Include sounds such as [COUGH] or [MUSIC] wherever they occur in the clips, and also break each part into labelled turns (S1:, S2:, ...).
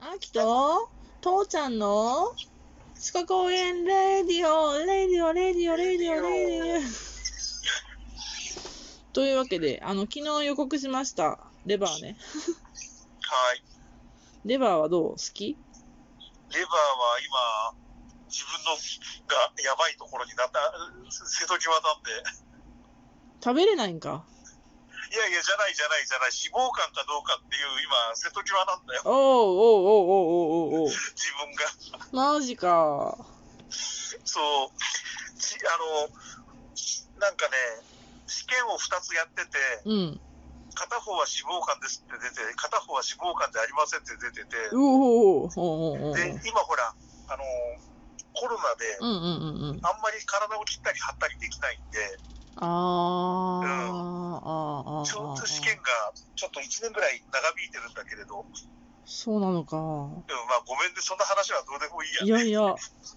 S1: あきと、父ちゃんの、四国公園レディオ、レディオ、レディオ、レディオ、レディオ。というわけで、あの、昨日予告しました。レバーね。
S2: はい。
S1: レバーはどう好き
S2: レバーは今、自分のがやばいところになった、瀬戸際なんで。
S1: 食べれないんか。
S2: いやいや、じゃないじゃないじゃない、脂肪肝かどうかっていう、今、瀬戸際なんだよ、
S1: おうおうおうおうおうおうおう。
S2: 自分が。
S1: マジか。
S2: そう、ちあの、なんかね、試験を2つやってて、
S1: うん。
S2: 片方は脂肪肝ですって出て、片方は脂肪肝じゃありませんって出てて、
S1: うおうおうおうおうおうおう。
S2: で、今ほら、あの、コロナで
S1: う、んうんうんうん。
S2: あんまり体を切ったり張ったりできないんで、
S1: あーあーあーあー。
S2: ちょうど試験がちょっと1年ぐらい長引いてるんだけれど、うん、
S1: そうなのか。
S2: まあごめんね、そんな話はどうでもいいや。
S1: いやいや、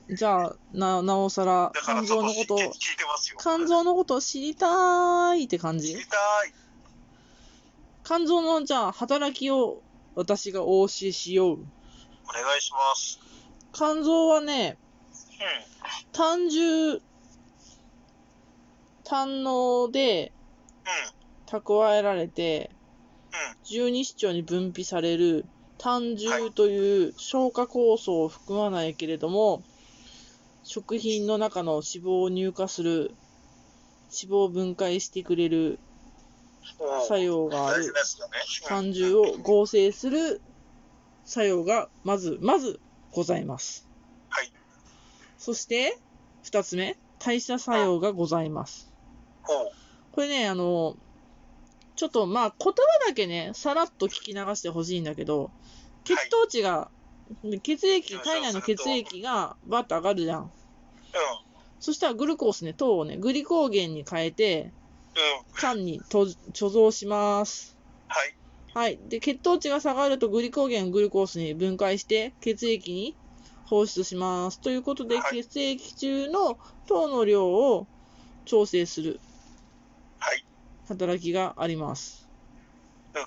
S1: じゃあ、な、なおさら
S2: だ、から
S1: 肝
S2: ちょ
S1: 臓
S2: っ
S1: のこ
S2: と
S1: と、
S2: 聞聞いてますよ。
S1: 肝臓のことを知りたーいって感
S2: 知
S1: じ
S2: りたい。
S1: 肝臓の、じゃあ、働きを私がお教えしよう。
S2: お願いします。
S1: 肝臓はね、
S2: うん。
S1: 単純、単能で
S2: う
S1: 蓄えられて、
S2: ん。うん。
S1: 十二指腸に分泌される胆汁という消化酵素を含まないけれども、食品の中の脂肪を乳化する、脂肪を分解してくれる
S2: おう
S1: 作用があ
S2: 大事
S1: る
S2: なやつだね。
S1: 胆汁を合成する作用がまず、まずございます。
S2: はい。
S1: そして、二つ目、代謝作用がございます。
S2: ほう。
S1: これね、あの、ちょっとまあ言葉だけね、さらっと聞き流してほしいんだけど、血糖値が、血液、
S2: 上昇
S1: 体内の
S2: すると
S1: 血液がバッと上がるじゃん。
S2: う
S1: そしたらグルコースね、糖をね、グリコーゲンに変えて、
S2: ん。うん。
S1: 缶にと貯蔵します。
S2: はい。
S1: はい。で、血糖値が下がるとグリコーゲンをグルコースに分解して、血液に放出します。ということで、
S2: はい
S1: 血液中の糖の量を調整する
S2: はい。
S1: 働きがあります
S2: うん。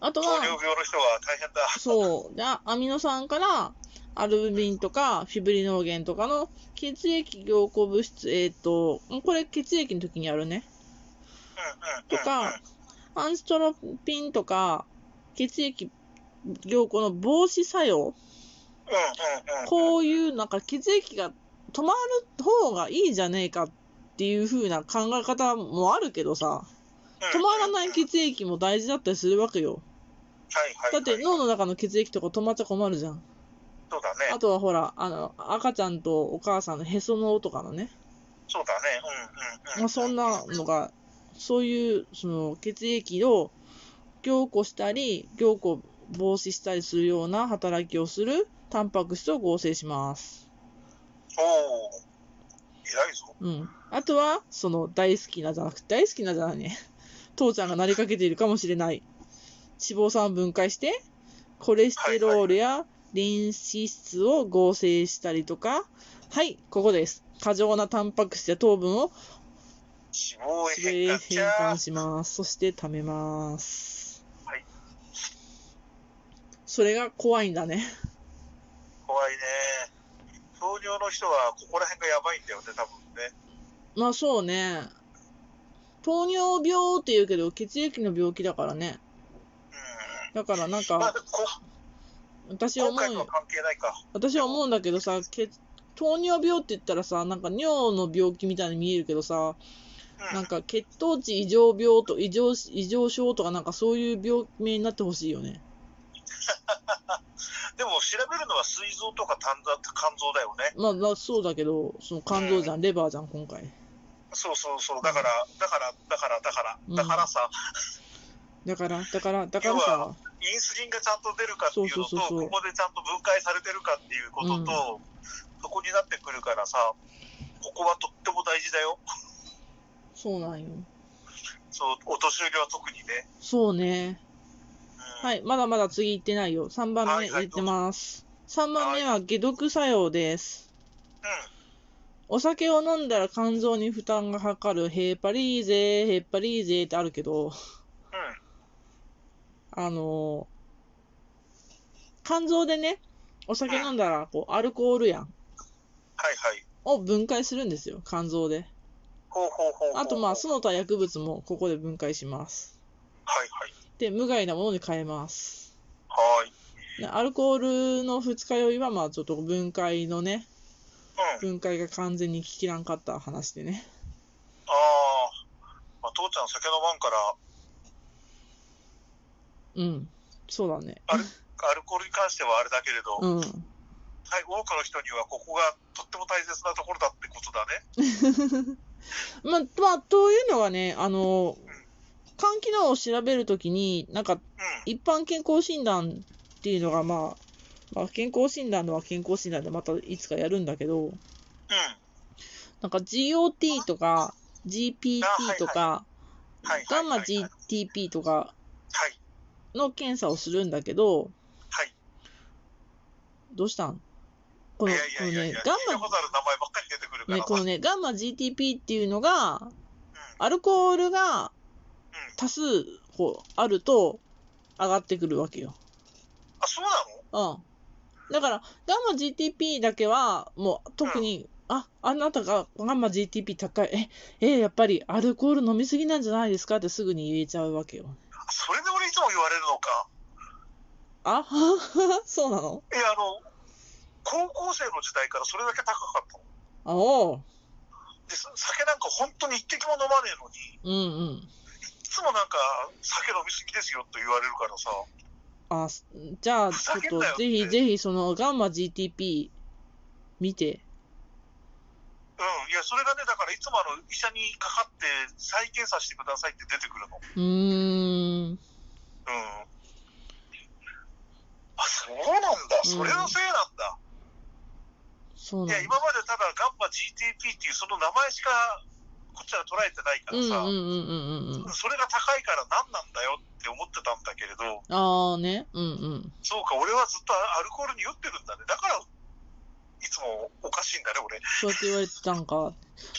S1: あと
S2: 糖
S1: は、
S2: 尿病の人は大変だ。
S1: そう。であアミノ酸から、アルブミンとか、フィブリノーゲンとかの血液凝固物質、えっ、と、これ血液の時にやるね。
S2: うんうんうん。
S1: とか
S2: うんうん
S1: アンストロピンとか、血液凝固の防止作用。
S2: うん。
S1: こ
S2: う
S1: ういう、なんか血液が止まる方がいいじゃねえかっていう風な考え方もあるけどさ、止まらない
S2: 気
S1: 血液も大事だったりするわけよ。
S2: はいはい。
S1: だって脳の中の血液とか止まっちゃ困るじゃん。
S2: そうだね
S1: あ。とはほら、あの、赤ちゃんとお母さんのへその緒とかのね、
S2: そうだね。うんうんうん。
S1: まあ、そんなのが、そういう、その、血液を凝固したり、凝固防止したりするような働きをする、タンパク質を合成します。
S2: おお。偉いぞ。
S1: うん。あとは、その、大好きなじゃなくて、大好きなじゃないね。 [LAUGHS] 父ちゃんがなりかけているかもしれない。脂肪酸を分解して、コレステロールやリン脂質を合成したりとか、はい、ここです。過剰なタンパク質や糖分を
S2: 脂肪へ変
S1: 変
S2: 換ちゃ
S1: 換
S2: ー。
S1: します。そして貯めます。
S2: はい
S1: それが怖いんだね。
S2: 怖いね。糖尿の人はここら辺がやばいんだよね、多分ね。
S1: まあそうね。糖尿病って言うけど、血液の病気だからね。
S2: う
S1: だからなん
S2: ん。まあ、
S1: か、
S2: こ
S1: 私は
S2: 今
S1: 思
S2: 回と
S1: う
S2: は
S1: よ。
S2: 関係ないか。
S1: 私は思うんだけどさ、血糖尿病って言ったらさ、なんか尿の病気みたいに見えるけどさ、
S2: うん。
S1: なんか血糖値異常病と異常、異常症とかなんかそういう病名になってほしいよね。
S2: でも調べるのは膵臓とか胆臓肝臓だよね。
S1: まあ、まあそうだけど、その肝臓じゃん、レバーじゃん、今回。
S2: そうそうそう。だから、だから、だから、だから、
S1: うん
S2: だからさ、
S1: だから、だから、だから
S2: 要
S1: さ
S2: は、インスリンがちゃんと出るかっていうのと、
S1: そうそうそうそう
S2: ここでちゃんと分解されてるかっていうことと、そこになってくるからさ、ここはとっても大事だよ。
S1: そうなんよ。
S2: そう、お年寄りは特にね。
S1: そうね。
S2: うん
S1: はい、まだまだ次行ってないよ。3番
S2: は
S1: 目
S2: いはい
S1: 言ってます。3番目は解毒作用です。
S2: う
S1: お酒を飲んだら肝臓に負担がかかるヘパリーゼ、ヘパリーゼってあるけど、
S2: ん。うん。
S1: あの肝臓でね、お酒飲んだら、こう、アルコールやん
S2: はいはい。
S1: を分解するんですよ、肝臓で。
S2: ほうほうほうほう。
S1: あと、まあ、その他薬物もここで分解します。
S2: はいはい。
S1: で、無害なものに変えます。
S2: はーい。
S1: でアルコールの二日酔いは、まあ、ちょっと分解のね、
S2: うん。
S1: 分解が完全に効きらんかった話でね。
S2: ああ。まあ、父ちゃん酒飲まんから、
S1: うん。そうだね。
S2: アルアルコールに関してはあれだけれど、
S1: うん。
S2: はい、多くの人にはここがとっても大切なところだってことだね。
S1: まあ、まあ、というのがね、あの、肝機能を調べるときに、なんか、
S2: うん。
S1: 一般健康診断っていうのが、まあ、まあ、健康診断のは健康診断でまたいつかやるんだけど、
S2: うん。
S1: なんか GOT とか GPT とか、
S2: はい。
S1: ガンマ
S2: はいはいはい
S1: GTP とか
S2: はい。
S1: の検査をするんだけど、
S2: はい。
S1: どうしたんこの、
S2: い
S1: こ
S2: やい
S1: の
S2: やいやい
S1: ね
S2: や、、
S1: ガン
S2: 聞いたことある名前ばっかり出てくるか
S1: マ、
S2: ら
S1: ね、このね、ガンマ GTP っていうのが、
S2: うん。
S1: アルコールが
S2: うん。
S1: 多数こうあると上がってくるわけよ。
S2: あ、そうな
S1: う
S2: の
S1: ん。だから、ガンマ GTP だけは、もう特に、あ、あなたがガンマ GTP 高い、え、え、やっぱりアルコール飲みすぎなんじゃないですかってすぐに言えちゃうわけよ。
S2: あそれで俺いつも言われるのか。
S1: あ [LAUGHS] そうなの
S2: え、あの、高校生の時代からそれだけ高かったの。
S1: あおう。
S2: で、さ酒なんか本当に一滴も飲まねえのに、
S1: うんうん。
S2: いつもなんか酒飲みすぎですよと言われるからさ。
S1: あ、すじゃあ、
S2: ふ
S1: ち
S2: ざけん
S1: ょっ
S2: なよ
S1: と、ぜひぜひ、その、ガンマ GTP、見て。
S2: うん、いや、それがね、だからいつもあの医者にかかって再検査してくださいって出てくるの。う
S1: う
S2: ん。
S1: ーん。
S2: あ、そうなんだ。それのせいなんだ。
S1: そう
S2: い
S1: な
S2: や、
S1: ん
S2: 今までただガンマ GTP っていうその名前しかこっちは捉えてないか
S1: うん
S2: ら
S1: うん
S2: さ、
S1: うんうんうんうん。
S2: それが高いから何なんだよって思ってたんだけれど、
S1: ああね。うんうん。
S2: そうか、俺はずっとアルコールに酔ってるんだね。だから、いつもおかしいんだね、俺。
S1: そうやって言われてたんか。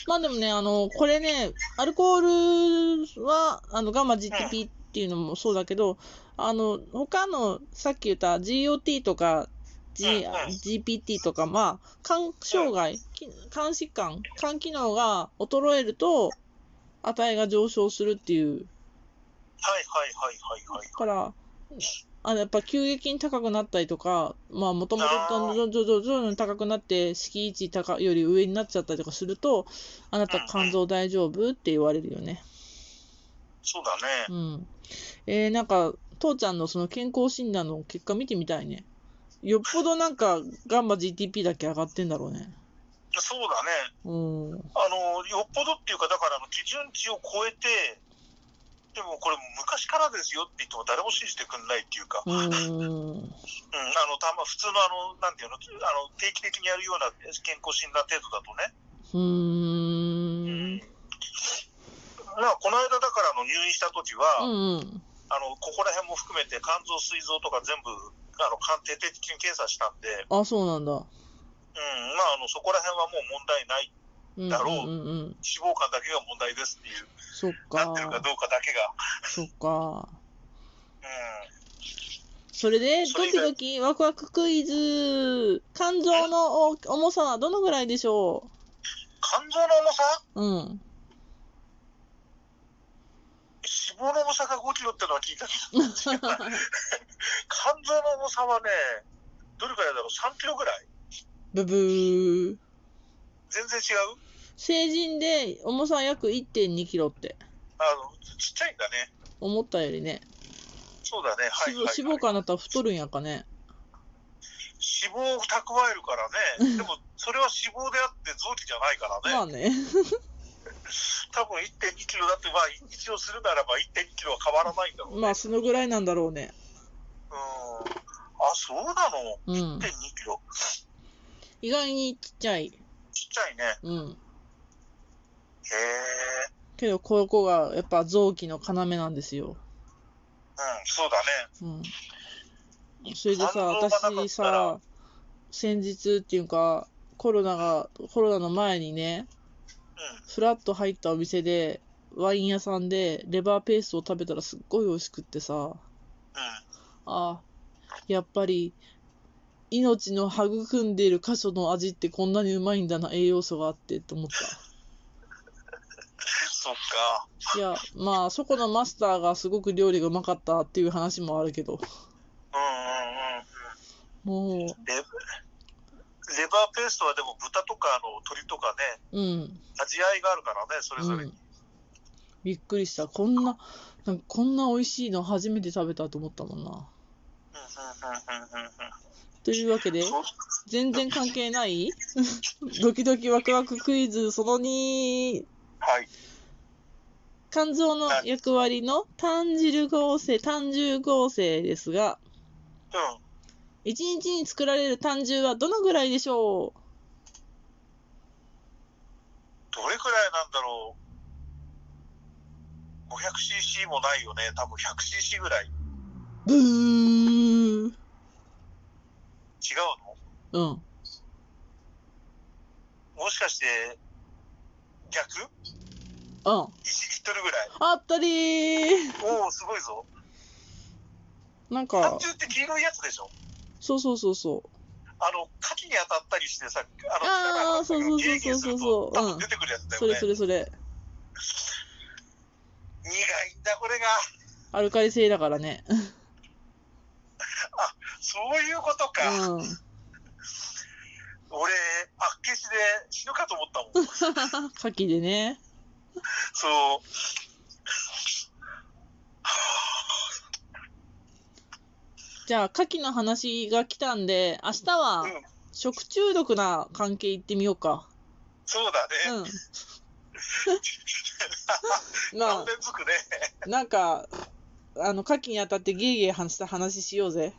S1: まあでもね、あの、これね、アルコールは、あの、ガンマ GTP っていうのもそうだけど、あの、他の、さっき言った GOT とか、G
S2: うんうん、
S1: GPT とか、まあ、肝障害、き肝疾患、肝機能が衰えると、値が上昇するっていう。
S2: はいはいはいはいはい。
S1: だから、あのやっぱ急激に高くなったりとか、まあ、もともと徐々徐々徐々に高くなって、敷地高より上になっちゃったりとかすると、あなた肝臓大丈夫って言われるよね。
S2: そうだ
S1: う
S2: ね。
S1: ん。えー、なんか、父ちゃんのその健康診断の結果見てみたいね。よっぽどなんか、ガンマ GTP だけ上がってんだろうね。
S2: そうだね。
S1: うん。うん
S2: あのよっぽどっていうか、だからあの基準値を超えて、でもこれ、昔からですよって言っても、誰も信じてくれないっていうか、うん、あ。のたま普通のあのなんていうのあの、定期的にやるような健康診断程度だとね、
S1: うーん。
S2: まあこの間、だからあの入院した時
S1: う
S2: は、
S1: んうん。
S2: あのここら辺も含めて、肝臓、膵臓とか全部、あの鑑定定期的に検査したんで、うん
S1: あ、そうなんだ。
S2: まあ、あのそこら辺はもう問題ない、
S1: うん
S2: だろう
S1: うんうん。
S2: 脂肪肝だけが問題ですっていう、
S1: そっ
S2: な
S1: か
S2: って。るかどうかだけが。
S1: そっか。
S2: うん
S1: それで、
S2: そ
S1: ド
S2: れ以
S1: キ
S2: 外
S1: ドキワクワククイズ。肝臓のお重さはどのぐらいでしょ
S2: 肝臓の重さ
S1: ううん。
S2: 脂肪の重さが5キロってのは聞いたけど、肝臓の重さはね、どれくらいだろう、3キロぐらい
S1: ブブー。
S2: 全然違う
S1: 成人で重さ約1.2キロって。
S2: あの、ちっちゃいんだね。
S1: 思ったよりね。
S2: そうだね、はい、
S1: 脂
S2: はいはい。
S1: 肪脂肪肝だったら太るんやかね。
S2: 脂肪を蓄えるからね、でもそれは脂肪であって臓器じゃないから
S1: まあ
S2: ね、
S1: ね。 [LAUGHS]
S2: 多分1.2キロだって、まあ、一応するならば1.2キロは変わらないんだろうね。
S1: まあ、そのぐらいなんだろうね。
S2: うん。あ、そうなの
S1: うん。
S2: ?1.2 キロ。
S1: 意外にちっちゃい。
S2: ちっちゃいね。
S1: うん。
S2: へえ。
S1: けど、ここがやっぱ臓器の要なんですよ。
S2: うん、そうだね。
S1: うん。それでさ、
S2: 反応がなかったら
S1: 私さ、先日っていうか、コロナが、コロナの前にね、
S2: うん。
S1: ふらっと入ったお店で、ワイン屋さんでレバーペーストを食べたらすっごい美味しくってさ、
S2: うん。
S1: あやっぱり、命の育んでいる箇所の味ってこんなにうまいんだな、栄養素があってって思っ
S2: そっか。
S1: た。いや、まあ、そこのマスターがすごく料理がうまかったっていう話もあるけど、
S2: うんうんうん。
S1: も
S2: レレバーペーストはでも豚とかあの鶏とかね、
S1: う、うん、
S2: 味合いがあるからね、それ
S1: う
S2: ぞれに。
S1: ん。びっくりした。こんな、なんかこんな美味しいの初めて食べたと思ったもんな。
S2: うんうんうんうんうんうん
S1: というわけで、
S2: そう
S1: 全然関係ない [LAUGHS] ドキドキワクワククイズその2。
S2: はい。
S1: 肝臓の役割の単汁合成、単重合成ですが、
S2: うん。
S1: 1日に作られる単重はどのぐらいでしょう
S2: どれくらいなんだろう。500cc もないよね。多分 100cc ぐらい。違う
S1: ブーう
S2: の
S1: ん。
S2: もしかして、逆 ?1
S1: うん。
S2: リットルぐらい。
S1: あったりー
S2: おお、すごいぞ。
S1: なん
S2: 単
S1: か、
S2: 純って黄色いやつでしょ
S1: そうそうそうそう。
S2: あの、牡蠣に当たったりしてさ、あ
S1: あ
S2: の、
S1: ーそうそうそうそうそう
S2: ギリギリすると多分出てくるやつだ
S1: そ
S2: よ
S1: れ
S2: ね
S1: そ。れそれ。
S2: 苦いんだ、これが。
S1: アルカリ性だからね。
S2: そういうことか。
S1: うん。
S2: 俺、あっけしで死ぬかと思ったもん。
S1: 牡蠣でね。
S2: そう。
S1: じゃあ、牡蠣の話が来たんで、明日は
S2: うん
S1: 食中毒な関係行ってみようか。
S2: そうだ [LAUGHS]
S1: うん。
S2: ね。
S1: ま
S2: 何
S1: あ、
S2: 連続ね。
S1: なんか、あの、牡蠣に当たってゲーゲー話した話しようぜ。